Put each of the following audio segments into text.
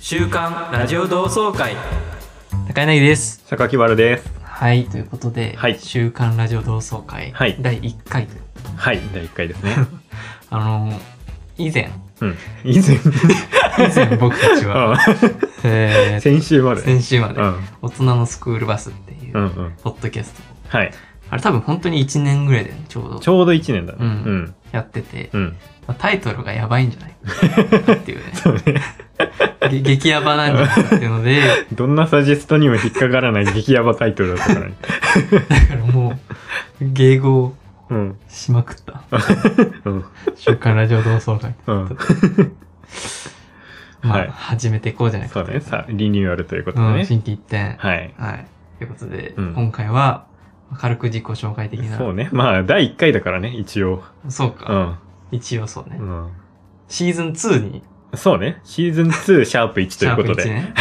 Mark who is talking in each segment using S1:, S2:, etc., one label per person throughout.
S1: 週刊ラジオ同窓会高柳です
S2: 榊原です。
S1: はいということで、
S2: はい
S1: 週刊ラジオ同窓会、
S2: はい
S1: 第1回と
S2: はい、第1回ですね。
S1: あのー以前
S2: うん。以前、
S1: 以前僕たちは、
S2: う
S1: え
S2: ん
S1: ー
S2: 先週まで。
S1: 先週まで、
S2: うん。
S1: 大人のスクールバス」っていう、
S2: うんうん。
S1: ポッドキャスト
S2: はい。
S1: あれ多分本当に1年ぐらいでちょうど
S2: ちょうど1年だね。
S1: う
S2: うんん。
S1: やってて、
S2: うん。
S1: まあタイトルがやばいんじゃないかっていうね
S2: そうね。
S1: げ激ヤバなんじゃないかっていうので
S2: どんなサジェストにも引っかからない激ヤバタイトルだった からね。
S1: だからもう迎合
S2: うん。
S1: しまくった
S2: うん。
S1: 「週刊ラジオ同窓会」
S2: うん。
S1: まあ、
S2: はい
S1: 始めていこうじゃない
S2: そ
S1: か
S2: う
S1: と
S2: だ
S1: いう
S2: ね。さ、リニューアルということで
S1: うん、
S2: ね。
S1: 新規一点。
S2: はい。
S1: はい。ということで、
S2: うん
S1: 今回は、軽く自己紹介的な。
S2: そうね。まあ、第1回だからね、一応。
S1: そう
S2: う
S1: か。
S2: ん。
S1: 一応そうね、
S2: うん。
S1: シーズン2に、
S2: そうね。シーズン2、シャープ1ということ
S1: シ
S2: で。
S1: ね。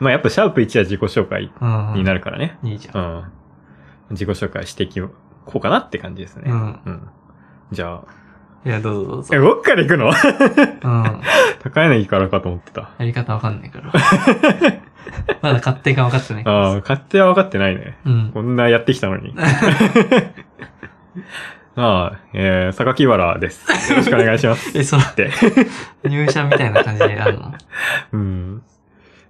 S2: まあ、やっぱシャープ1は自己紹介
S1: うん。
S2: になるからね。
S1: いいじゃん。
S2: うん。自己紹介していこうかなって感じですね。
S1: うん
S2: うん。じゃあ、
S1: いや、どうぞどうぞ
S2: え、。僕から行くの
S1: うん。
S2: 高柳からかと思ってた。
S1: やり方わかんない から。まだ勝手が分かってないから。
S2: ああ、勝手は分かってないね。
S1: うん。
S2: こんなやってきたのに。 ああ、えー、榊原です。よろしくお願い します。
S1: え、その、
S2: で
S1: 入社みたいな感じでや るの
S2: うん。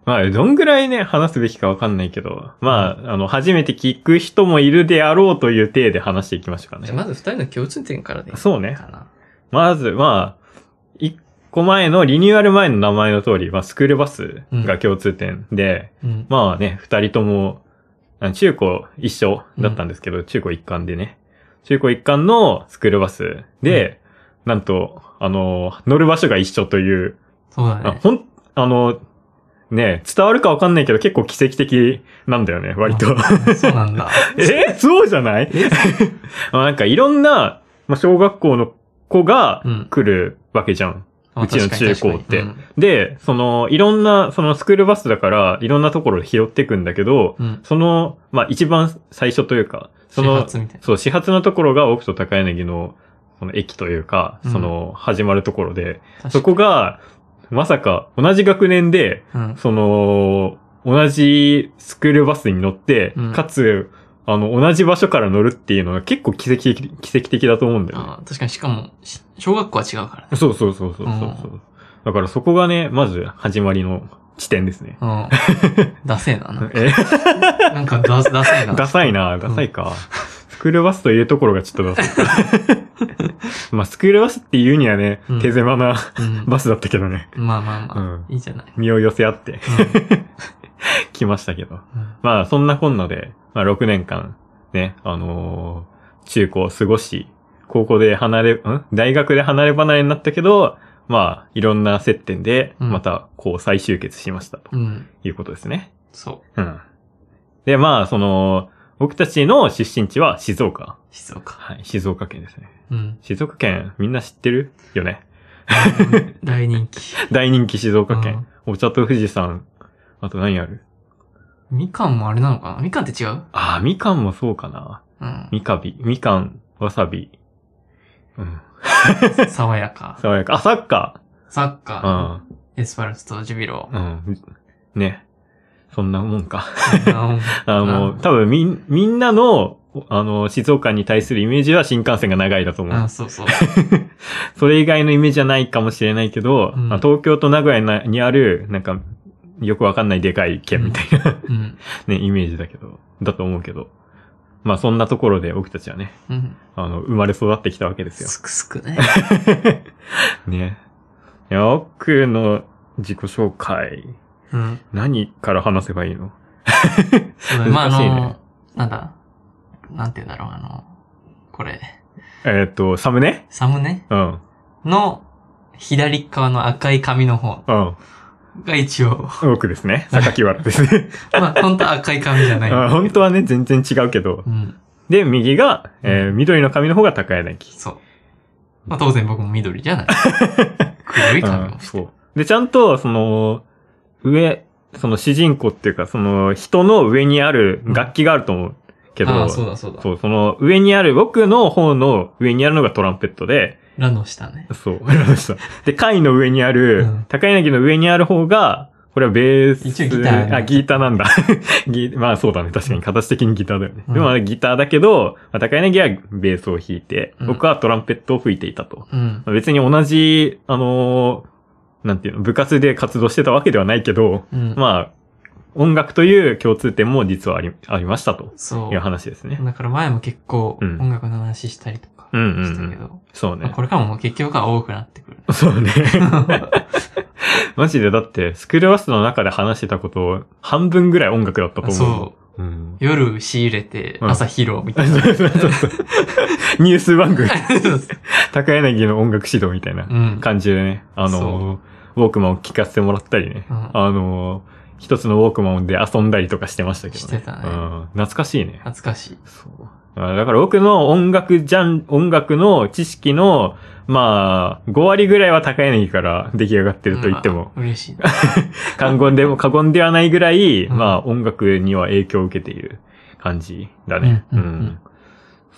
S2: まあ、どんぐらいね、話すべきかわかんないけど、まあ、あの、初めて聞く人もいるであろうという体で話していきましょうかね。
S1: ず二人の共通点からで
S2: そうね。
S1: かな。
S2: まず、まあ、一個前のリニューアル前の名前の通り、まあ、スクールバスが共通点で、
S1: うん。
S2: まあね、二人とも、あの中高一緒だったんですけど、中高一貫でね。中高一貫のスクールバスで、なんと、あの、乗る場所が一緒という、
S1: そうだ
S2: あ
S1: ね。
S2: ほん、あの、ね、伝わるかわかんないけど結構奇跡的なんだよね、割と。
S1: そうなんだ。
S2: えそうじゃない まあなんかいろんな、まあ、小学校の子が
S1: うん
S2: 来るわけじゃん。うちの中高って
S1: 確かに確か
S2: で、その、いろんな、そのスクールバスだから、いろんなところで拾っていくんだけど、
S1: にうん。うん
S2: その、まあ一番最初というか、そ
S1: 始
S2: の、
S1: 発みたい
S2: そう、始発のところが奥と高柳の、その駅というか、その、始まるところで、
S1: な。
S2: そこが、まさか、同じ学年で、
S1: うん。
S2: その、同じスクールバスに乗って、
S1: うん
S2: かつ、あの、同じ場所から乗るっていうのは結構奇跡的、奇跡的だと思うんだよね。
S1: ああ確かに、しかも、し小学校は違うからね。
S2: そうそうそうそうそうそう、だからそこがね、まず始まりの地点ですね。
S1: うん。 ダセえな。なんか
S2: え、
S1: なんかダダセえ な。
S2: ダサいな、ダサいか。スクールバスというところがちょっとダサい か。まあ、スクールバスっていうにはね
S1: うん、
S2: 手狭な
S1: うん、
S2: バスだったけどね。
S1: まあまあまあ、
S2: うん
S1: いいじゃ ない。
S2: 身を寄せ合って
S1: うん
S2: 来ましたけど。
S1: うん
S2: まあ、そんなこんなで、まあ、6年間、ね、あのー中高を過ごし、高校で離れ、ん大学で離れ離れになったけど、まあ、いろんな接点で、
S1: うん
S2: また、こう、再集結しました、と
S1: うん。
S2: いうことですね。
S1: そう。
S2: うん。で、まあ、その、僕たちの出身地は静岡。
S1: 静岡。
S2: はい、静岡県ですね。
S1: うん。
S2: 静岡県、みんな知ってるよね。
S1: 大人気。
S2: 大人気静岡県。お茶と富士山。あと何ある
S1: みかんもあれなのかなみかんって違う
S2: ああ、みかんもそうかな。
S1: うん。
S2: みかび、みかん、わさび。うん。
S1: 爽やか。
S2: 爽やか。あ、サッカ
S1: サッカ
S2: ー。
S1: ー、エスパルスとジュビロ
S2: う。ん。うん。ね。そんなもんか。
S1: うん
S2: あの、
S1: うん
S2: 多分みん、みんなの、あの、静岡に対するイメージは新幹線が長いだと思う。
S1: あそうそう。
S2: それ以外のイメージはないかもしれないけど、
S1: うん
S2: あ東京と名古屋なにある、なんか、よくわかんないでかい県みたいな、
S1: うん。
S2: ね、イメージだけど、だと思うけど。まあそんなところで僕たちはね、
S1: うん。
S2: あの、生まれ育ってきたわけですよ。
S1: すくすく ね。
S2: ね。いや、奥の自己紹介。
S1: うん。
S2: 何から話せばいいの
S1: そうだねまあ、あ
S2: 難しいね
S1: の、なんだ、なんて言うんだろう、あの、これ、
S2: えっ、と、サムネ
S1: サムネ
S2: うん。
S1: の左側の赤い髪の方
S2: うん。
S1: が一応、
S2: 奥ですね。榊原ですね。
S1: まあ、本当は赤い髪じゃない。
S2: あ本当はね、全然違うけど
S1: う。ん、
S2: で、右が、えー緑の髪の方が高柳。
S1: そう。まあ、当然僕も緑じゃ ない。黒い髪
S2: う
S1: も
S2: ん、
S1: して
S2: そ
S1: る。
S2: う。で、ちゃんと、その、上、その主人公っていうか、その人の上にある楽器があると思うけど、
S1: ああ、そうだそうだ。
S2: そう、その上にある、僕の方の上にあるのがトランペットで、
S1: ラの下ね。
S2: そう、わかりました。で、貝の上にあ
S1: う
S2: る、
S1: ん
S2: 高柳の上にある方が、これはベース。
S1: 一応ギター
S2: あ、ギターなんだ。 ギまあそうだね。確かに形的にギターだよね。
S1: うん
S2: でもまあギターだけど、まあ、高柳はベースを弾いて、
S1: うん
S2: 僕はトランペットを吹いていたと。
S1: うん。
S2: まあ別に同じ、あのーなんていうの、部活で活動してたわけではないけど、
S1: うん。あ、
S2: まあ、音楽という共通点も実はありありましたと
S1: そ
S2: いう
S1: う。
S2: 話ですね。
S1: だから前も結構
S2: うん
S1: 音楽の話したりとか
S2: うんうんうん
S1: したけど、
S2: そう
S1: まあ
S2: ね
S1: こ。れからも結局は多くなって くる。
S2: そう ね。マジでだって、スクールバスの中で話してたこと、半分ぐらい音楽だったと思う。
S1: そう。
S2: そう。うん。
S1: 夜仕入れて、
S2: うん
S1: 朝披露みたいな。
S2: そうそうそうそうニュース番組、
S1: そうそう
S2: 高柳の音楽指導みたいな
S1: うん。
S2: 感じでね、あの、ウォークマンを聴かせてもらったりね、
S1: うん
S2: あの、一つのウォークマンで遊んだりとかしてましたけどね。
S1: してたね
S2: うん。懐かしいね。
S1: 懐かしい。
S2: そう。あだから僕の音楽ジャン、音楽の知識の、まあ、5割ぐらいは高柳から出来上がってると言っても、
S1: うん。嬉しいな。
S2: 過言 でも過言ではないぐらい、
S1: うん
S2: まあ音楽には影響を受けている感じだね。
S1: うんうん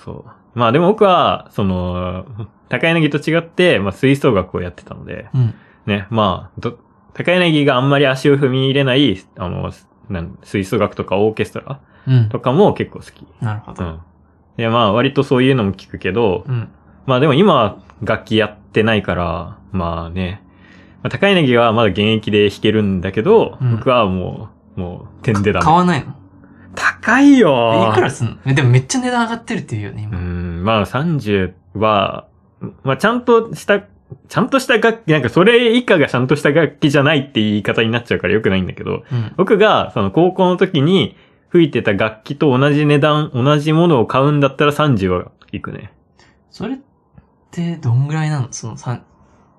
S2: そう。まあでも僕は、その、高柳と違って、まあ吹奏楽をやってたので、
S1: うん。
S2: ね、まあ、ど高柳があんまり足を踏み入れない、あの、なん吹奏楽とかオーケストラ
S1: うん
S2: と。かも結構好き。
S1: なるほ
S2: う
S1: ど。
S2: ん。で、まあ割とそういうのも聞くけど、
S1: うん。
S2: まあでも今は楽器やってないから、まあね、まあ、高柳はまだ現役で弾けるんだけど、
S1: うん
S2: 僕はもう、もう、点でだ
S1: 買わないの
S2: 高いよ
S1: えいくらすんのえでもめっちゃ値段上がってるっていうよね、
S2: う
S1: 今。
S2: ん、まあ30は、まあちゃんとした、ちゃんとした楽器、なんかそれ以下がちゃんとした楽器じゃないって言い方になっちゃうから良くないんだけど、
S1: うん。
S2: 僕がその高校の時に吹いてた楽器と同じ値段、同じものを買うんだったら30はいくね。
S1: それってどんぐらいなのその三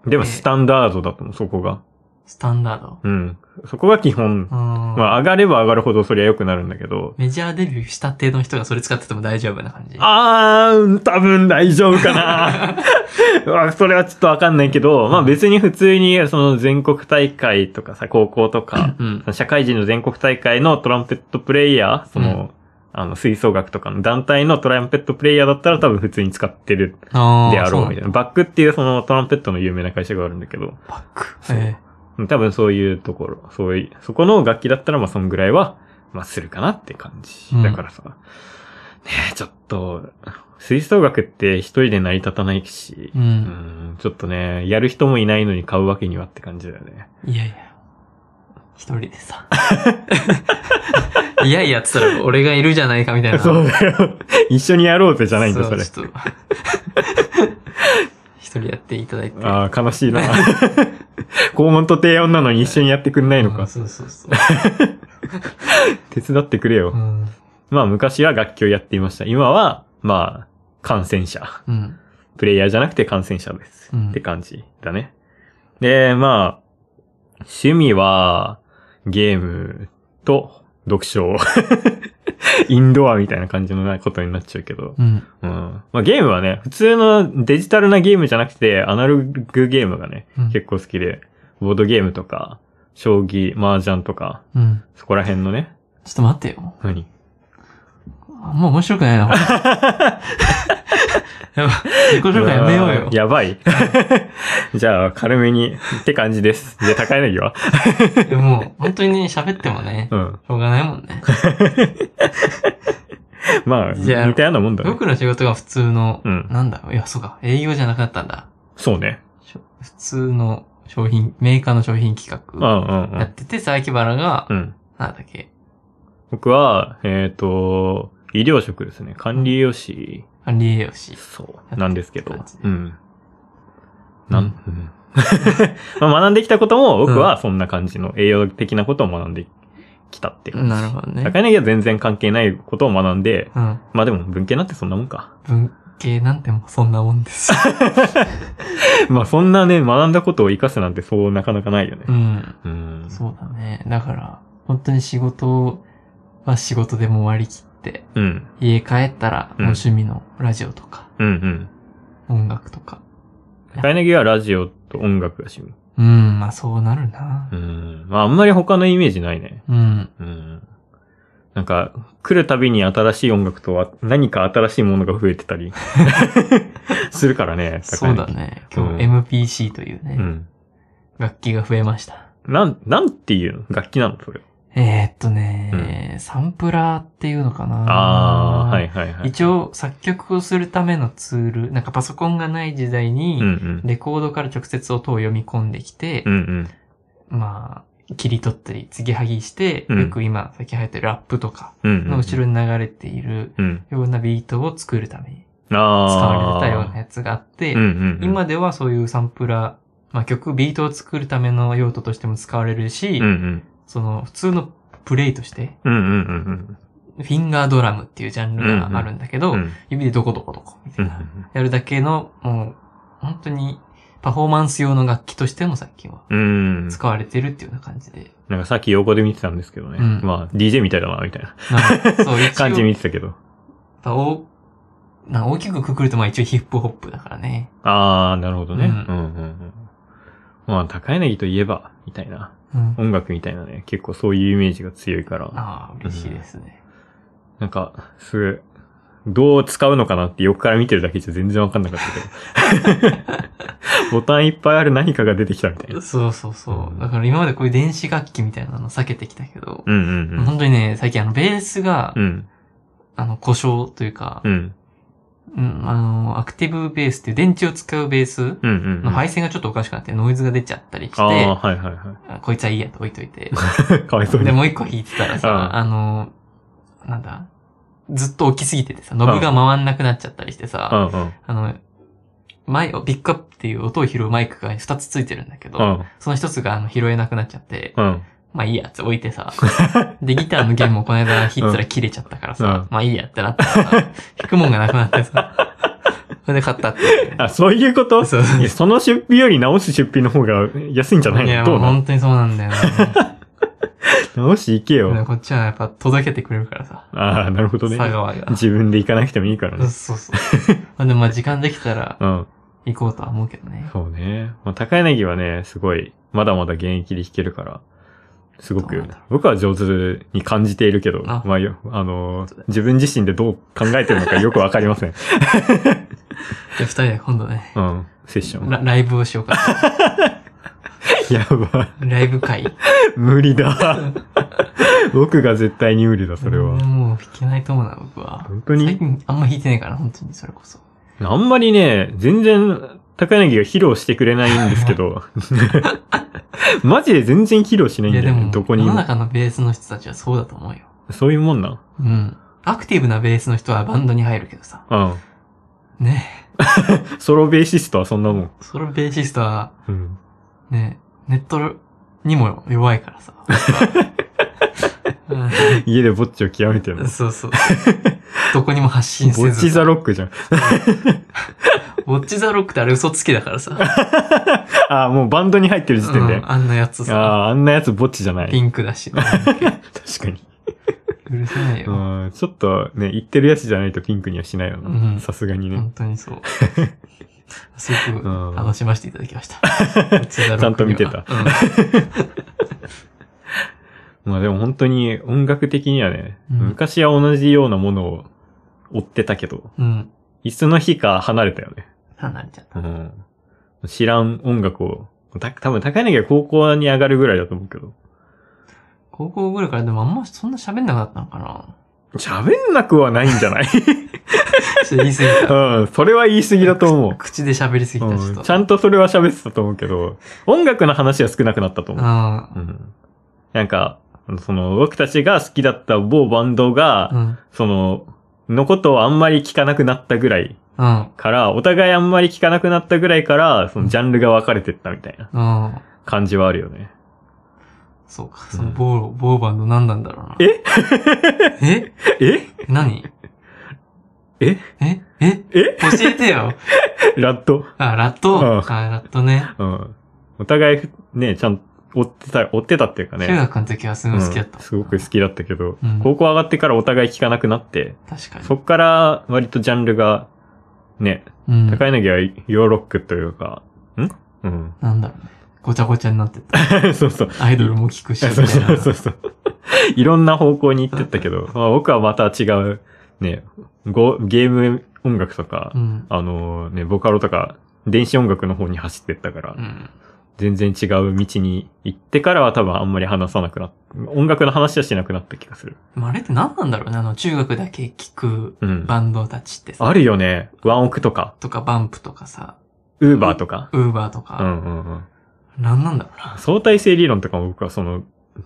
S2: でも
S1: ええ
S2: スタンダードだと思う、そこが。
S1: スタンダード。
S2: うん。そこが基本。
S1: うん。
S2: まあ、上がれば上がるほどそりゃ良くなるんだけど。
S1: メジャーデビューした程度の人がそれ使ってても大丈夫な感じ。
S2: あー、多分大丈夫かな。 うわそれはちょっとわかんないけど、まあ別に普通にその全国大会とかさ、高校とか、
S1: うん。
S2: 社会人の全国大会のトランペットプレイヤー、その、あの、吹奏楽とかの団体のトランペットプレイヤーだったら多分普通に使ってる
S1: あー
S2: であろ
S1: そう
S2: みたいな。バックっていうそのトランペットの有名な会社があるんだけど、
S1: パック。
S2: そう
S1: え
S2: 多分そういうところ、そういう、そこの楽器だったら、まあ、そんぐらいは、まあ、するかなって感じ。
S1: うん
S2: だからさ、ねえ、ちょっと、吹奏楽って一人で成り立たないし
S1: え、う。
S2: うんん、ちょっとね、やる人もいないのに買うわけにはって感じだよね。
S1: いやいや。一人でさ。 いやいやって言ったら俺がいるじゃないかみたいな。
S2: そうだよ。一緒にやろうぜじゃないんだ、それ。
S1: うちょっと 一人やっていただいて。
S2: ああ、悲しいな。 肛門と低音なのに一緒にやってくんないの
S1: う
S2: か
S1: ん。そうそうそう。
S2: 手伝ってくれよ。
S1: うん。
S2: まあ、昔は楽器をやっていました。今は、まあ、感染者。
S1: うん。
S2: プレイヤーじゃなくて感染者です。
S1: うん
S2: って感じだね。で、まあ、趣味は、ゲームと読書。 インドアみたいな感じのなことになっちゃうけど。
S1: うん。
S2: うん。まあゲームはね、普通のデジタルなゲームじゃなくて、アナログゲームがね、
S1: うん
S2: 結構好きで、ボードゲームとか、将棋、麻雀とか、
S1: うん。
S2: そこら辺のね、
S1: ちょっと待ってよ。
S2: 何
S1: あんま面白くない な、ほんとやば自己紹介やめようよ。
S2: やばい。 じゃあ、軽めに、って感じです。で、高柳は
S1: でも、本当にね、喋ってもね
S2: う、ん。
S1: しょうがないもんね。
S2: まあ、似
S1: じゃあ
S2: たようなもんだね。
S1: 僕の仕事が普通の、
S2: うん
S1: なんだろう、いや、そうか、営業じゃなくなったんだ。
S2: そうね。
S1: しょ普通の商品、メーカーの商品企
S2: うんう
S1: 画やっ
S2: ん
S1: てて、佐伯原が
S2: う、ん。うん。
S1: なんだっけ、
S2: 僕は、えっ、と、医療職ですね。管理栄養士、
S1: 管理栄養士。
S2: そう、なんですけど
S1: やってる。感
S2: うん。なん、うん。 まあ、学んできたことも、僕はそんな感じの栄養的なことを学んできたっていう感じ。
S1: なるほどね。
S2: 高柳は全然関係ないことを学んで、
S1: うん。
S2: まあでも文系なんてそんなもんか。
S1: 文系なんてもうそんなもんです。
S2: まあそんなね、学んだことを活かすなんてそうなかなかないよ
S1: う
S2: ね。
S1: ん。
S2: うん。
S1: そうだね。だから、本当に仕事は仕事でも割り切って、
S2: うん。
S1: 家帰ったら、もう趣味のラジオとか、
S2: うんうん。
S1: 音楽とか。
S2: 高柳はラジオと音楽が趣味。
S1: うん、まあそうなるな
S2: う。ん。まあ、あんまり他のイメージないね。
S1: うん。
S2: うん。なんか、来るたびに新しい音楽とは、何か新しいものが増えてたり、 するからね。
S1: そうだ
S2: 高い。
S1: ね。
S2: うん
S1: 今日 MPC というね、
S2: うん。
S1: 楽器が増えました。
S2: なん、なんていうの楽器なのそれ。
S1: えーっとね、サンプラーっていうのかな
S2: ああー、はいはいはい。
S1: 一応、作曲をするためのツール、なんかパソコンがない時代
S2: うんう
S1: に、
S2: ん。
S1: レコードから直接音を読み込んできて
S2: う、んうん。
S1: まあ、切り取ったり、継ぎはぎして、
S2: うん
S1: よく今、最近流行ってるラップとか
S2: うんうんうん。
S1: の後ろに流れている
S2: うん。
S1: ようなビートを作るために使
S2: あ
S1: わ
S2: あ。
S1: れてたようなやつがあって
S2: うん、うんうん。
S1: 今ではそういうサンプラー、まあ曲、ビートを作るための用途としても使われるし
S2: うんう、ん。
S1: その普通のプレイとして、
S2: うんうんうん
S1: フィンガードラムっていうジャンルがあるんだけ
S2: うん。
S1: ど
S2: う、ん
S1: 指でどこどこどこみ
S2: う
S1: たい
S2: ん
S1: な。やるだけの、もう、本当にパフォーマンス用の楽器としても最近は
S2: うん。うん。
S1: 使われてるっていうような感じ で。
S2: なんかさっき横で見てたんですけどね。
S1: うん
S2: まあ、DJ みたいだな、みたいな
S1: なんかそう、 一
S2: 感じ
S1: 応
S2: 見てたけど。
S1: まあ大、な大きくくくるとまあ一応ヒップホップだからね。
S2: ああ、なるほどね。う
S1: うんん
S2: うんうん。まあ、高柳といえば、みたいな。
S1: うん。
S2: 音楽みたいなね、結構そういうイメージが強いから、
S1: ああ、嬉しいですね。
S2: なんか、すぐ、どう使うのかなって横から見てるだけじゃ全然わかんなかったけど。ボタンいっぱいある何かが出てきたみたいな。
S1: そうそうそう。だから今までこういう電子楽器みたいなの避けてきたけど、
S2: うんうん
S1: 本当にね、最近あのベースが、
S2: うん。うん。
S1: あの故障というか、
S2: うん。
S1: うん、あの、アクティブベースっていう電池を使うベース
S2: うんうんうん。
S1: の
S2: い。
S1: 配線がちょっとおかしくなってノイズが出ちゃったりして、
S2: ああ、はいはい
S1: あこいつはいいやと置いとい て。
S2: はい。かわいそうに。
S1: で、もう一個弾いてたら
S2: う
S1: さ、
S2: ん
S1: あの、なんだ、ずっと置きすぎててさ、ノブが回んなくなっちゃったりして
S2: う
S1: さ、
S2: んうん。
S1: あの、前をピックアップっていう音を拾うマイクが2つついてるんだけ
S2: う
S1: ど、
S2: ん。
S1: その1つがあの拾えなくなっちゃって、
S2: うん。
S1: まあいいやって置いてさ、 で、ギターの弦もこの間弾いてたら切れちゃったから
S2: うん
S1: さ、まあいいやってなったら さ、弾くもんがなくなってさ、それで買ったっていう。
S2: あ、そういうこと
S1: そう
S2: いやその出費より直す出費の方が安いんじゃない
S1: いや、
S2: の
S1: も
S2: ど
S1: う
S2: うなの
S1: 本当にそうなんだよな。
S2: 直し行けよ。
S1: こっちはやっぱ届けてくれるからさ。
S2: ああ、なるほどね。
S1: 佐川が。
S2: 自分で行かなくてもいいから
S1: そう
S2: ね。
S1: そうそう。まあでもまあ時間できたら
S2: うん。
S1: 行こうとは思うけどね。
S2: そうね。まあ、高柳はね、すごい、まだまだ現役で弾けるから、すご
S1: どう
S2: く
S1: なんだろ、
S2: 僕は上手に感じているけど、
S1: あ
S2: まあ、よあのー、自分自身でどう考えてるのか よくわかりません。
S1: で、二人で今度ね、
S2: うん。セッション。
S1: ラライブをしようかな。
S2: やば。
S1: ライブ会。
S2: 無理だ。 僕が絶対に無理だ、それは。
S1: もう弾けないと思うな、僕は。
S2: 本当
S1: 最
S2: に
S1: 近あんま弾いてないから、本当にそれこそ。
S2: あんまりね、全然、高柳が披露してくれないんですけ ど、マジで全然披露しないん
S1: いや
S2: だ
S1: で
S2: よね、
S1: も、
S2: どこ
S1: 世
S2: に
S1: の
S2: も。
S1: 中のベースの人たちはそうだと思うよ。
S2: そういうもんなん
S1: うん。アクティブなベースの人はバンドに入るけどさ。
S2: うん。
S1: ね。
S2: ソロベーシストはそんなもん。
S1: ソロベーシストは、
S2: うん。
S1: ね、ネットにも弱い からさ。う
S2: 家でぼっちを極めてるの
S1: ん、。そうそう。どこにも発信
S2: ぼ
S1: せ
S2: っち
S1: ず。
S2: ザロックじゃん。
S1: ウォッチザロックってあれ嘘つきだからさ。
S2: ああ、もうバンドに入ってる時点で。
S1: うん
S2: あ
S1: あんなやつさ。
S2: あー、あんなやつぼっちじゃない。
S1: ピ
S2: 確
S1: ンクだ し。
S2: かに。
S1: うるせえよ。
S2: うん、ちょっとね、言ってるやつじゃないとピンクにはしないよ
S1: う
S2: な。
S1: ん
S2: さすがにね。
S1: 本当に そう。すごく
S2: うん
S1: 楽しませていただきました。ウォッチザロックには
S2: ちゃんと見てた
S1: うん
S2: まあでも本当に音楽的にはね、
S1: うん
S2: 昔は同じようなものを追ってたけど、
S1: うん。
S2: いつの日か離れたよね。
S1: 離れちゃっ
S2: う
S1: た。
S2: ん、知らん音楽を、た多分高柳は高校に上がるぐらいだと思うけど。
S1: 高校ぐらいからでもあんまそんな喋んなくなったのかな。
S2: 喋んなくはないんじゃ ない
S1: ちょっと言い過ぎ た。
S2: うん、それは言い過ぎだと思う。
S1: 口で喋りすぎた、ちょ
S2: う
S1: っ
S2: ん
S1: と。
S2: ちゃんとそれは喋ってたと思うけど、音楽の話は少なくなったと思う。
S1: う
S2: うん、なんか、その、僕たちが好きだった某バンドが、
S1: ん。うん。
S2: その、のことをあんまり聞かなくなったぐらい
S1: うん。
S2: から、お互いあんまり聞かなくなったぐらいから、そのジャンルが分かれてったみたいな
S1: うん。
S2: 感じはあるよね。
S1: そうか。そのボー、ボーバンド何なんだろうな。
S2: え
S1: え
S2: え
S1: 何
S2: え
S1: ええ
S2: え
S1: 教えてよ。
S2: ラット
S1: あ、ラッ
S2: うん
S1: ト。あ、ラットね。
S2: うん。お互い、ね、ちゃんと追ってた、追ってたっていうかね。
S1: 中学の時はすごい好きだった。
S2: うんすごく好きだったけど、
S1: うん
S2: 高校上がってからお互い聞かなくなって、
S1: 確かに。
S2: そっから割とジャンルが、ね、
S1: うん。
S2: 高柳はヨーロックというか、んうん。
S1: なんだろうね。ごちゃごちゃになってた。
S2: そうそう。
S1: アイドルも聞くし。
S2: そう
S1: みたい
S2: そう
S1: な
S2: そうそう。いろんな方向に行ってったけど、まあ、僕はまた違う、ね、ごゲーム音楽とか、
S1: うん。
S2: あのね、ボカロとか、電子音楽の方に走ってったから、
S1: うん。
S2: 全然違う道に行ってからは多分あんまり話さなくなっ音楽の話はしなくなった気がする。
S1: まあ、あれって何なんだろうね。あの、中学だけ聞く
S2: うん。
S1: バンドたちってさ。
S2: あるよね。ワンオクとか、
S1: とか、バンプとかさ、
S2: ウーバーとか。
S1: ウーバーと
S2: う
S1: か。
S2: んうんうん。
S1: 何なんだろうな。
S2: 相対性理論とかも僕はその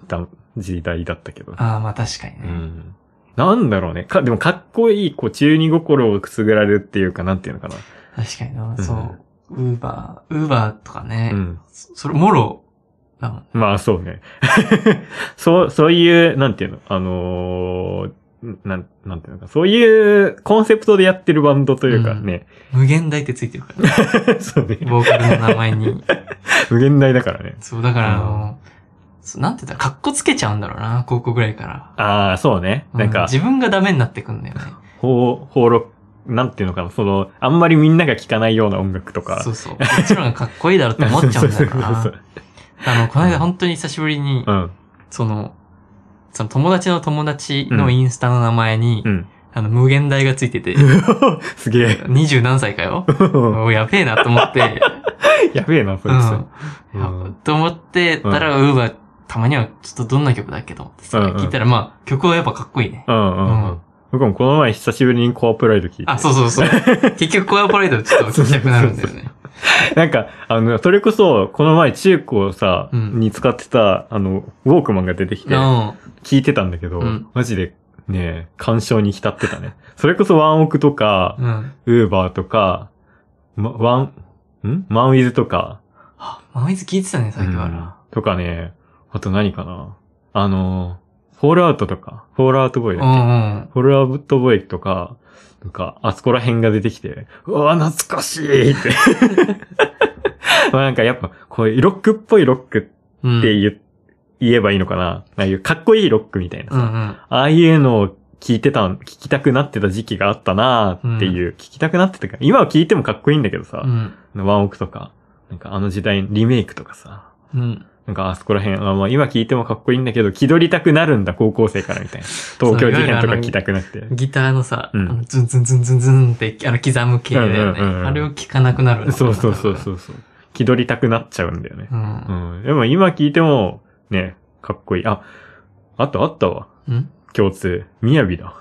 S2: だ時代だったけど。
S1: ああ、まあ確かに
S2: う
S1: ね。
S2: ん。なんだろうね。か、でもかっこいい、こう、中二心をくすぐられるっていうか、なんていうのかな。
S1: 確かにな。
S2: うん
S1: そう。ウーバー、ウーバーとかね。
S2: うん。
S1: そそれ、もろ、だもん。
S2: まあ、そうね。 そう、そういう、なんていうの、あのーなん、なんていうのか、そういうコンセプトでやってるバンドというか
S1: うん
S2: ね。
S1: 無限大ってついてるから、ね、
S2: そうね。
S1: ボーカルの名前に。
S2: 無限大だからね。
S1: そう、だからあ
S2: う
S1: の、そうなんて言ったら、格好つけちゃうんだろうな、高校ぐらいから。
S2: ああ、そうね。なん
S1: う
S2: か、
S1: 自分がダメになってくんだよね。
S2: ほう、ほうろ、なんていうのかな、その、あんまりみんなが聴かないような音楽とか。
S1: そうそう。こっちの方がかっこいいだろって思っちゃうんだよ
S2: そう
S1: な
S2: そう。
S1: あの、この間本当に久しぶりに、
S2: そう。うん。
S1: その、その友達の友達のインスタの名前に、
S2: うん。
S1: あの、無限大がついてて、
S2: すげえ。
S1: 二十何歳かよ。おやべえなと思って、
S2: やべえな、それ
S1: う。
S2: うんん。うん
S1: やと思ってたら、ウーバー、たまにはちょっとどんな曲だっけと思ってさ、
S2: うんうん
S1: 聞いたら、まあ、曲はやっぱかっこいいね。
S2: うんうんう
S1: うん
S2: ん。僕もこの前久しぶりにコアプライド聞いて。
S1: あ、そうそう そう。結局、コアパレードちょっと聞きたくなるんだよね。
S2: なんか、あの、それこそ、この前中古さ、
S1: うん
S2: に使ってた、あの、ウォークマンが出てきて、聞いてたんだけど、
S1: うん
S2: マジで、ね、感傷に浸ってたね。それこそワンオクとか
S1: う、ん。うん。
S2: ウーバーとか、まワン、んマンウィズとか、
S1: マミズ聞いてたね、最近は
S2: うん
S1: な。
S2: とかね、あと何かな。あの、フォールアウトとか、フォールアウトボーイ
S1: う
S2: だっけ、
S1: んうん。
S2: フォールアウトボーイとか、なんか、あそこら辺が出てきて、うわ、懐かしいって。 まあなんかやっぱ、こういうロックっぽいロック
S1: うん。
S2: って言,、言えばいいのかな。ああいうかっこいいロックみたいなさ。
S1: うんう
S2: あ
S1: ん。
S2: あいうのを聞いてたん、聞きたくなってた時期があったなーっていう、聞きたくなってたから、今は聞いてもかっこいいんだけどさ
S1: う、ん。
S2: ワンオクとか、なんかあの時代リメイクとかさ、
S1: うん。
S2: なんかあそこら辺、あまあ今聞いてもかっこいいんだけど、気取りたくなるんだ、高校生からみた いな。東京事変とか聞きたくなって。
S1: ギターのさ、
S2: うん
S1: あのズンズンズンズンズンって、あの、刻む系だよね。
S2: うんうんうんうん
S1: あれを聞かなくなるんだ
S2: そうそうそう
S1: う。
S2: そうそう。気取りたくなっちゃうんだよね。
S1: う。
S2: うんん。でも今聞いても、ね、かっこいい。あ、あとあったわ。
S1: うん
S2: 共通。みやびだ。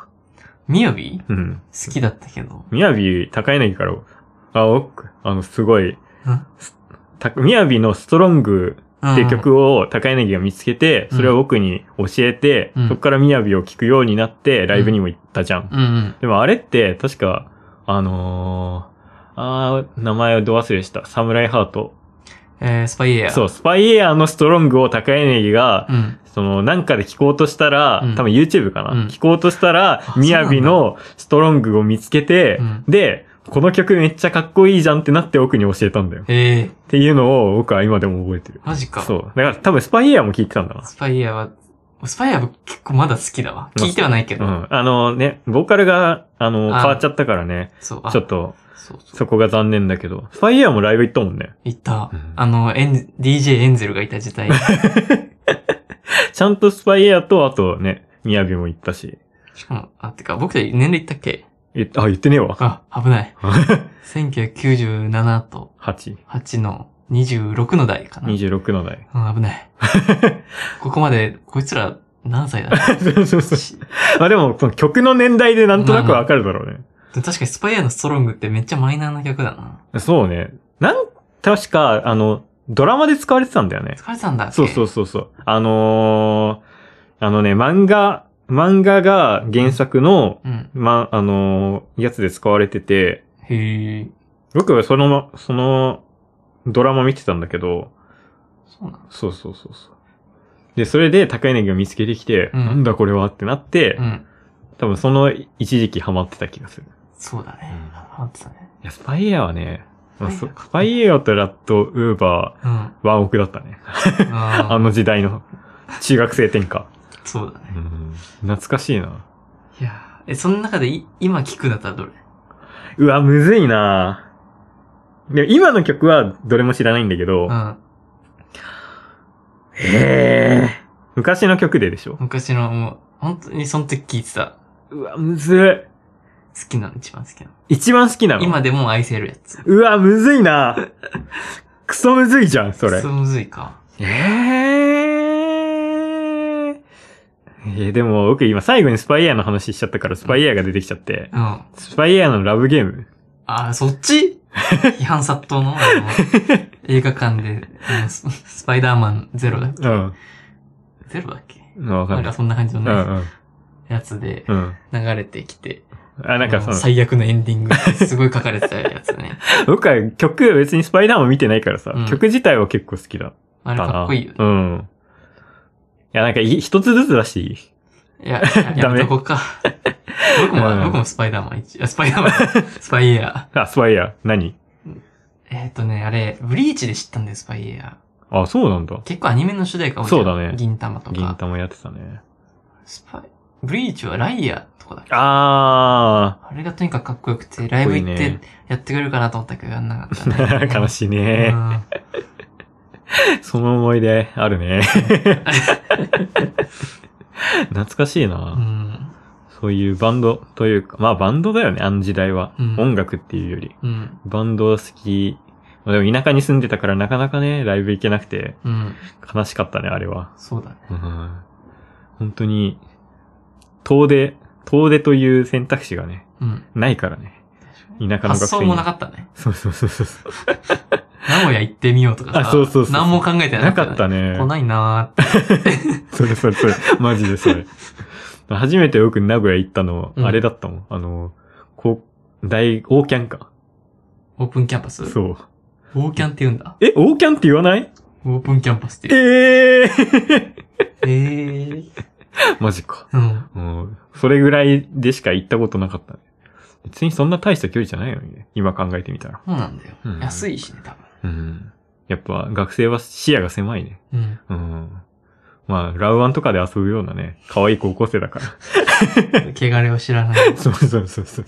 S1: みやび
S2: うん。
S1: 好きだったけど。
S2: みやび、高柳から、あ、おあの、すご
S1: う
S2: い、
S1: ん
S2: たみやびのストロング
S1: うん
S2: っていう曲を高柳が見つけて、それを僕に教えて、
S1: うん
S2: そこからみやびを聴くようになって、ライブにも行ったじゃん
S1: うんうん。
S2: でもあれって、確か、あのー、あー名前をど忘れした。サムライハート。
S1: えー、スパイエア。。
S2: そうう、スパイエアーのストロングを高柳が、
S1: うん。
S2: その、なんかで聞こうとしたら、
S1: うん
S2: 多分 YouTube かな、
S1: うん
S2: 聞こうとしたら
S1: あ、
S2: みやびのストロングを見つけて、
S1: うん
S2: で、この曲めっちゃかっこいいじゃんってなって奥に教えたんだよ。っ
S1: ええ
S2: ていうのを僕は今でも覚えてる。
S1: マジか。
S2: そう。だから多分スパイエアーも聞いてたんだな。
S1: スパイエアは、スパイエアは結構まだ好きだわ。聞いてはないけ
S2: う
S1: ど。
S2: ん。あのね、ボーカルが、あの、変
S1: あー
S2: わっちゃったからね、
S1: そう。あ
S2: ちょっと、
S1: そうそう。
S2: そこが残念だけど。スパイエアーもライブ行ったもんね。
S1: いた
S2: うん。
S1: あの、エン、DJ エンゼルがいた時 代。
S2: ちゃんとスパイエアーと、あとね、みやびも行ったし。
S1: しかも、あ、てか、僕たち年齢いったっけ
S2: え、あ、言ってねえわ。
S1: あ、危 ない。1997と
S2: 8、
S1: 8の26の代かな。
S2: 26の代。
S1: うん、危 ない。ここまで、こいつら何歳だろ
S2: そうそう
S1: う
S2: そう。
S1: し
S2: まあでも、その曲の年代でなんとなくわかるだろうね。
S1: 確かにスパイアのストロングってめっちゃマイナーな曲だな。
S2: そうね。なん、確か、あの、ドラマで使われてたんだよね。
S1: 疲れてたんだっけ。
S2: そうそううそうそう。あのー、あのね、漫画、漫画が原作の、
S1: うん。
S2: ま、あのーやつで使われてて、
S1: へえ。
S2: 僕はその、その、ドラマ見てたんだけど、
S1: そうなの
S2: そうそうそうそう。で、それで高柳を見つけてきて、
S1: うん
S2: なんだこれはってなって、
S1: うん。
S2: 多分その一時期ハマってた気がする。
S1: そうだね
S2: うん。
S1: ハマってたね。
S2: いや、スパイエアはね、まあそ
S1: スパイエア
S2: スパイエアとラット、ウーバ
S1: うん。
S2: ー、ワンオクだったね。あ
S1: あー
S2: の時代の中学生転科。
S1: そうだね。
S2: うん懐かしいな。
S1: いやーえ、その中でい今聞くだったらどれ
S2: うわ、むずいなで今の曲はどれも知らないんだけど、
S1: うん。
S2: へえ。昔の曲ででしょ
S1: 昔のもう、本当にその時聞いてた。
S2: うわ、むずい。
S1: 好きなの、一番好きなの。
S2: 一番好きなの
S1: 今でも愛せるやつ。
S2: うわ、むずいな。クソむずいじゃん、それ。
S1: そうむずいか。
S2: えー、えでも僕今最後にスパイエアの話しちゃったからスパイエアが出てきちゃって、
S1: うん。あ
S2: スパイエアのラブゲーム。
S1: ー、そっ ち批判殺到のあの映画館で、あのススパイダーマンゼロだっけ
S2: うん。
S1: ゼロだっけ
S2: わか
S1: なんんか
S2: ない。
S1: そんな感じ
S2: う
S1: の
S2: ん
S1: ね
S2: うん。
S1: やつで
S2: うん。
S1: 流れてきて、
S2: あ、なんか
S1: あ
S2: そ
S1: の
S2: の、
S1: 最悪のエンディングすごい書かれてたやつ ね。
S2: 僕は曲別にスパイダーマン見てないからさ、
S1: うん
S2: 曲自体は結構好きだっ
S1: あ
S2: た
S1: れ
S2: な。
S1: かっこいいよね。
S2: うん。いや、なんかい一つずつ出していい
S1: いや、や
S2: ダ
S1: や
S2: メ
S1: めとこうか。僕も、
S2: うん
S1: 僕もスパイダーマン一、あスパイダーマ ン、スパイエア。
S2: あ、スパイエア。何
S1: えっ、とね、あれ、ブリーチで知ったんです、スパイエア。
S2: あ、そうなんだ。
S1: 結構アニメの主題歌多いじゃん
S2: そうだね
S1: 銀玉と
S2: 銀
S1: か。
S2: 玉やってたね。
S1: スパイ、ブリーチはライアーとかだっけ
S2: あ
S1: あれがとにかくかっこよくて、ライブ行っ
S2: かっこいい
S1: て
S2: ね
S1: やってくれるかなと思ったけど、やんなか ったね、
S2: ー。悲しい
S1: い
S2: ね。その思い出あるね。 懐かしいな、
S1: うん。
S2: そういうバンドというか、まあバンドだよね、あの時代は。
S1: うん
S2: 音楽っていうより。
S1: うん。
S2: バンド好き。でも田舎に住んでたからなかなかね、ライブ行けなくて
S1: うん。
S2: 悲しかったね、あれは。
S1: そうだね。
S2: うん、本当に、遠出、遠出という選択肢がね、
S1: うん。
S2: ないからね。田舎の
S1: 発
S2: 学生
S1: 想
S2: に
S1: もなかったね。
S2: そうそうそうそう。
S1: 名古屋行ってみようとか
S2: あ
S1: さ。
S2: そうそうそう
S1: 何も考えてな
S2: な
S1: か
S2: か
S1: った、ね。
S2: ったね。
S1: 来ないなーって。
S2: それそれそれ、マジでそ れ。初めてよく名古屋行ったの、
S1: うん
S2: あれだったもん。あの、こう、大、オーキャンか。
S1: オープンキャンパス
S2: そう。
S1: オーキャンって言うんだ。
S2: え、オーキャンって言わない
S1: オープンキャンパスって
S2: え
S1: 言う。
S2: えー、
S1: え ー。
S2: マジか。
S1: うん。
S2: うん。それぐらいでしか行ったことなかったね。別にそんな大した距離じゃないのにね。今考えてみたら。
S1: そうなんだよ。
S2: うん
S1: 安いしね、多分。
S2: うん。やっぱ学生は視野が狭いね。
S1: うん。
S2: うん。まあ、ラウワンとかで遊ぶようなね、可愛い高校生だから。
S1: 汚れを知ら ない。
S2: そうそうそうそう。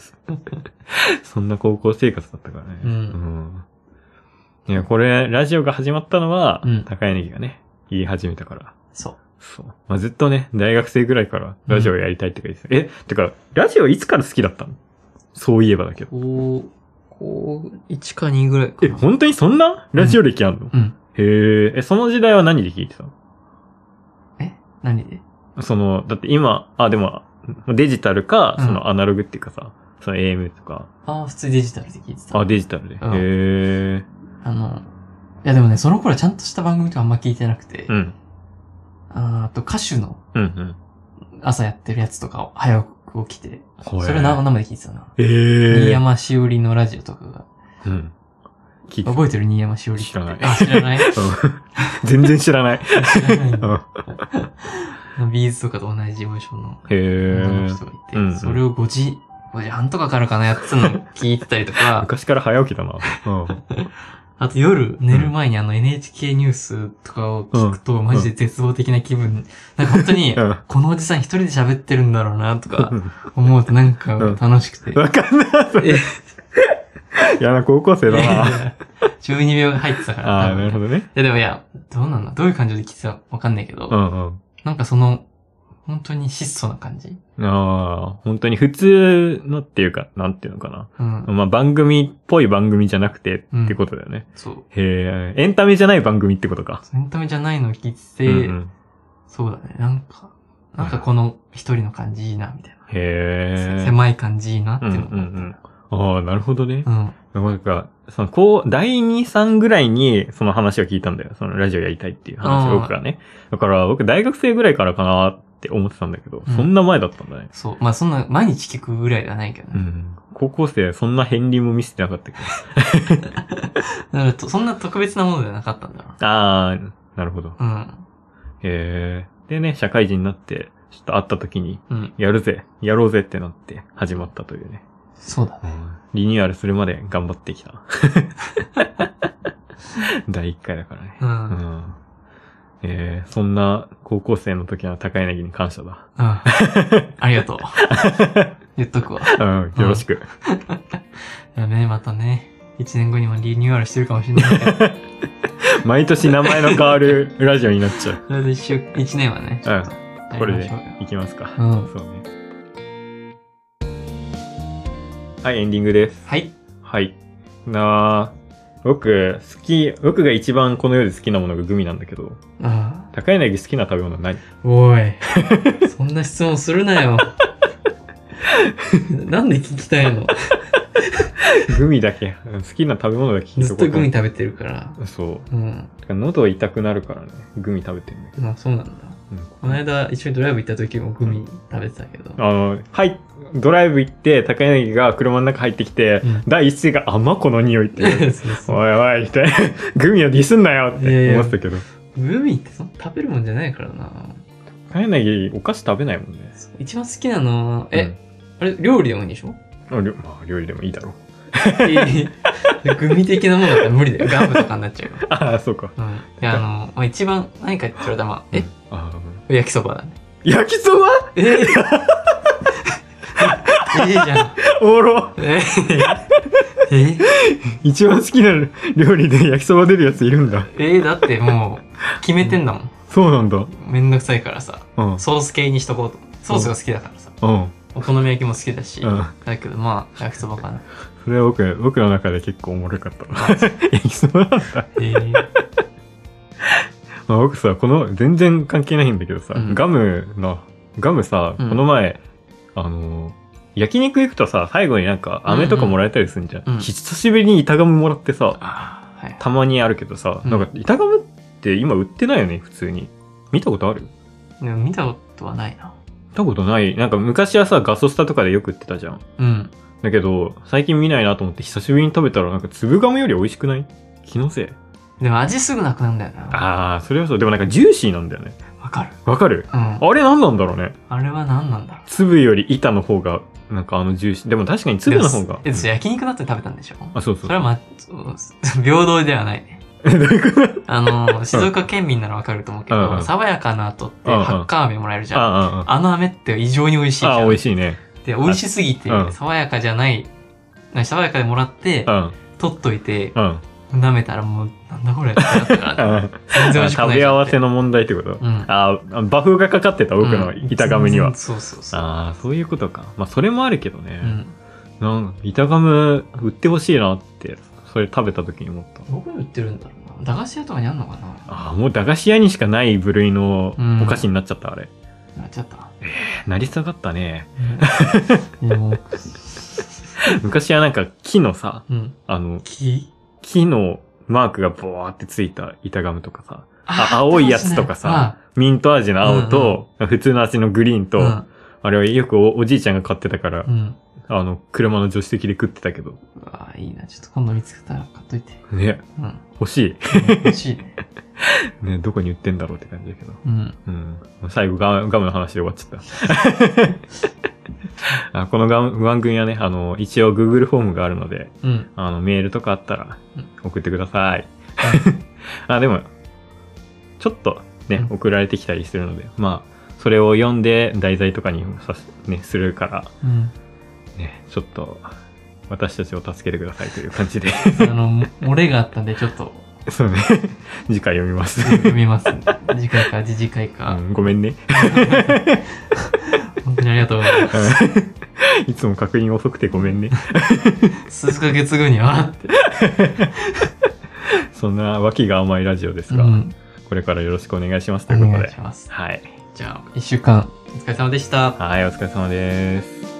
S2: そんな高校生活だったからね。
S1: うん
S2: うんいや、これ、ラジオが始まったのは、
S1: うん
S2: 高柳がね、言い始めたから。
S1: そう。
S2: そう。まあ、ずっとね、大学生ぐらいからラジオやりたいって書いてた。え、てか、ラジオいつから好きだったのそういえばだけど。
S1: こう、こう、1か2ぐらいか
S2: え、
S1: な。
S2: 本当にそんなラジオ歴あんの、
S1: うん。
S2: へえ、え、その時代は何で聞いてたの
S1: 何で
S2: その、だって今、あ、でも、デジタルか、
S1: うん
S2: そのアナログっていうかさ、その AM とか、
S1: ああ、普通にデジタルで聞いてた。
S2: あ、デジタルで。
S1: うん
S2: へえ、
S1: あの、いやでもね、その頃はちゃんとした番組とかあんま聞いてなくて、
S2: うん。
S1: あーあと歌手の
S2: うんうん。
S1: 朝やってるやつとかを早く起きて、
S2: そ
S1: それな生で聞いてたな。
S2: え
S1: 新
S2: え
S1: 山しおりのラジオとかが、
S2: うん。聞いてた
S1: 覚えてる新山しおりって
S2: 知らない
S1: あ、知らない
S2: うん 全然知らない。
S1: 知らないん
S2: う
S1: だ
S2: ん
S1: ビーズとかと同じ事務所の
S2: へえ
S1: 女。の人がいて、
S2: うんうん
S1: それを5時、5時半とかからかなやってたのを聞いてたりとか、
S2: 昔から早起きだな。うん。
S1: あと夜寝る前にあの NHK ニュースとかを聞くとマジで絶望的な気分。なんか本当に、
S2: う
S1: このおじさん一人で喋ってるんだろうなとか
S2: ん。
S1: 思うとなんか
S2: うん
S1: 楽し くて。
S2: わかんない。それ
S1: え
S2: 嫌な高校生だな。
S1: 12秒入ってたから。
S2: ああ
S1: 多
S2: ー、
S1: 分
S2: なるほどね。
S1: いやでもいや、どうなんだどういう感情で聞いてたかわかんないけ
S2: う
S1: ど、
S2: ん
S1: なんかその、本当に質素な感じ。
S2: うん。ああ、本当に普通のっていうか、なんていうのか
S1: うん
S2: な。。まあ番組っぽい番組じゃなくてってことだよね。
S1: そう。
S2: へえ、エンタメじゃない番組ってことか。
S1: エンタメじゃないのを聞いてて、
S2: うんうん
S1: そうだね。なんか、なんかこの一人の感じいいな、みたいな。
S2: へえ。
S1: 狭い感じいいなって
S2: うん
S1: いううんのがあ
S2: う
S1: った
S2: ん。ああ、なるほどね。
S1: うん。
S2: なんか、その、こう、第2、3ぐらいに、その話を聞いたんだよ。その、ラジオやりたいっていう話
S1: あ
S2: を、
S1: ー
S2: 僕がね。だから、僕、大学生ぐらいからかなって思ってたんだけど、
S1: うん
S2: そんな前だったんだね。
S1: そう。まあそんな、毎日聞くぐらいではないけど
S2: う
S1: ね。
S2: ん。高校生、そんな片鱗も見せてなかったけ
S1: だからと、そんな特別なものではなかったんだろ
S2: ど。あー、なるほど。
S1: う。うん。
S2: へー。でね、社会人になって、ちょっと会った時に、
S1: うん。
S2: やるぜ、やろうぜってなって、始まったというね。
S1: そうだね。
S2: リニューアルするまで頑張ってきた。 第1回だからね。
S1: うん。
S2: う
S1: うん。
S2: んえー、そんな高校生の時の高柳に感謝だ。
S1: あり がとう。言っとくわ。
S2: うん、よろしく。
S1: やべえ、またね。一年後にもリニューアルしてるかもしれない けど。
S2: 毎年名前の変わるラジオになっ ちゃう。
S1: それで一週、一年はね。ちょっとや
S2: こ
S1: り
S2: れ
S1: ま
S2: で
S1: しょうよ
S2: いきますか。
S1: うん
S2: そうね。はい、エンディングです。
S1: はい。
S2: はい。なあ僕、好き、僕が一番この世で好きなものがグミなんだけど、
S1: あ
S2: 高柳好きな食べ物何
S1: あ。おい。そんな質問するな よ。なんで聞きたい の
S2: グミだけ、うん好きな食べ物だけ聞い
S1: ず
S2: と
S1: っ
S2: こ
S1: と
S2: うと
S1: グ
S2: 思
S1: ミ
S2: って。
S1: 食べてるから。
S2: そう。
S1: うん。
S2: だから喉痛くなるからね、グミ食べてるんだけど
S1: まあそうなんだ。
S2: うん
S1: この間一緒にドライブ行った時もグミ食べてたけど。
S2: あの、はい、ドライブ行って、高柳が車の中入ってきて、
S1: うん
S2: 第一声が、あ、まこの匂いって 言う。
S1: そうそう
S2: おいおい、みたいな。 グミをディスんなよっ
S1: いやい
S2: て
S1: や
S2: 思ってたけど。
S1: グミってそんな食べるもんじゃないからな。
S2: 高柳、お菓子食べないもんね。
S1: そう一番好きなのは、え、あれ料理でもいいんでしょ
S2: うん、あ料まあ、料理でもいいだ ろう。
S1: いやいや グミ的なものだったら無理だよ。ガムとかになっちゃうよ。
S2: ああ、そうか。
S1: うん。で、あの、まあ、一番何か言って言われたのは、え、
S2: あーうん
S1: 焼きそばだね。
S2: 焼きそば
S1: えー、 いいじゃん。
S2: おもろ
S1: えー、えー、
S2: 一番好きな料理で焼きそば出るやついるんだ。
S1: えー、だってもう決めてんだもん。
S2: そうなんだ。
S1: めんどくさいからさ、
S2: うん。
S1: ソース系にしとこうと。ソースが好きだからさ。
S2: うん。
S1: お好み焼きも好きだし、
S2: うん。
S1: だけどまあ、焼きそばかな。
S2: それは僕、僕の中で結構おもろ かったな。 焼きそばなんだ。
S1: えー、
S2: まあ、僕さこの全然関係ないんだけどさ、
S1: うん
S2: ガムのガムさ、
S1: うん
S2: この前あのー焼肉行くとさ最後になんか飴とかもらえたりするんじゃん、
S1: うんうん
S2: 久しぶりに板ガムもらってさ
S1: あーはい。
S2: たまにあるけどさ、
S1: うん
S2: なんか板ガムって今売ってないよね普通に見たことある見
S1: でも見たことはないな。
S2: たことないなんか昔はさガソスタとかでよく売ってたじゃん
S1: うん。
S2: だけど最近見ないなと思って久しぶりに食べたらなんか粒ガムより美味しくない気のせい
S1: でも味すぐなくなるんだよな。
S2: ああそれはそうでもなんかジューシーなんだよね
S1: わかる。
S2: わかる
S1: うん。あ
S2: あれ何なんだろうね
S1: れは何なんだろう。
S2: 粒より板の方が、なんかあのジューシー。でも確かに粒の方が。
S1: え、そう焼肉だって食べたんでしょ
S2: あ、そうそ。
S1: そうれはま、そう平等ではないね。あの、静岡県民ならわかると思うけ
S2: うんう
S1: ど、
S2: ん
S1: 爽やかな後って、
S2: うんうん
S1: ハッカー飴もらえるじ
S2: あ
S1: ゃん。
S2: あ、あ
S1: あの飴って異常に美味しいじ
S2: あ、
S1: ゃ
S2: あ
S1: ん。
S2: 美味しいね。
S1: で、美味しすぎて
S2: う、ん
S1: 爽やかじゃない、な爽やかでもらって
S2: う、ん、
S1: 取っといて、
S2: うん。
S1: 舐めたらもう、なんだこれってなったから、全然美味しくない。
S2: 食べ合わせ。の問題ってこと
S1: うん。
S2: ああ、馬風がかかってた、僕の
S1: うん
S2: 板ガムには
S1: 全然。そうそうそう。
S2: ああ、そういうことか。まあ、それもあるけど
S1: う
S2: ね。
S1: ん。
S2: なんか、板ガム売ってほしいなって、それ食べた時に思った。
S1: どこに売ってるんだろうな。駄菓子屋とかにあんのかな
S2: ああ、もう駄菓子屋にしかない部類の
S1: うん
S2: お菓子になっちゃった、あれ。
S1: なっちゃ った。
S2: なり下がったね。
S1: うんでも
S2: 昔はなんか木のさ、
S1: うん。
S2: あの、
S1: 木
S2: 木のマークがボワーってついた板ガムとかさ、あ青いやつとかさ、ミント味の青と、普通の味のグリーンと、
S1: うん
S2: あれはよくおおじいちゃんが買ってたから、
S1: うん。
S2: あの、車の助手席で食ってたけど、
S1: ああ、いいな。ちょっと今度見つけたら買っといて。
S2: ね、
S1: うん。
S2: 欲し
S1: 欲しいね。
S2: い。ね、どこに売ってんだろうって感じだけど。
S1: うん。
S2: うん。最後ガム、ガムの話で終わっちゃ った。あこのガム番組はね、あの、一応 Google フォームがあるので、
S1: うん。
S2: あの、メールとかあったら
S1: うん
S2: 送ってください。 あ、でも、ちょっとね、
S1: うん
S2: 送られてきたりするので、まあ、それを読んで題材とかにもさす、ね、するから、
S1: うん。
S2: ね、ちょっと、私たちを助けてくださいという感 じで、
S1: あの、漏れがあったんで、ちょっと
S2: そうね、次回読みます。
S1: 読み ます、ね。次回か、次々回
S2: う
S1: か。
S2: んごめ んね。
S1: 本当にありがとうございま
S2: うんいつも確認遅くてごめんね。
S1: す。数ヶ月後には、って。
S2: そんな脇が甘いラジオです
S1: う
S2: が、
S1: ん。
S2: これからよろしくお願いしますと
S1: お
S2: いうこと
S1: 願い
S2: で
S1: し。ます。
S2: はい。
S1: じゃあ、一週間、お疲れ様でした。
S2: はい、お疲れ様です。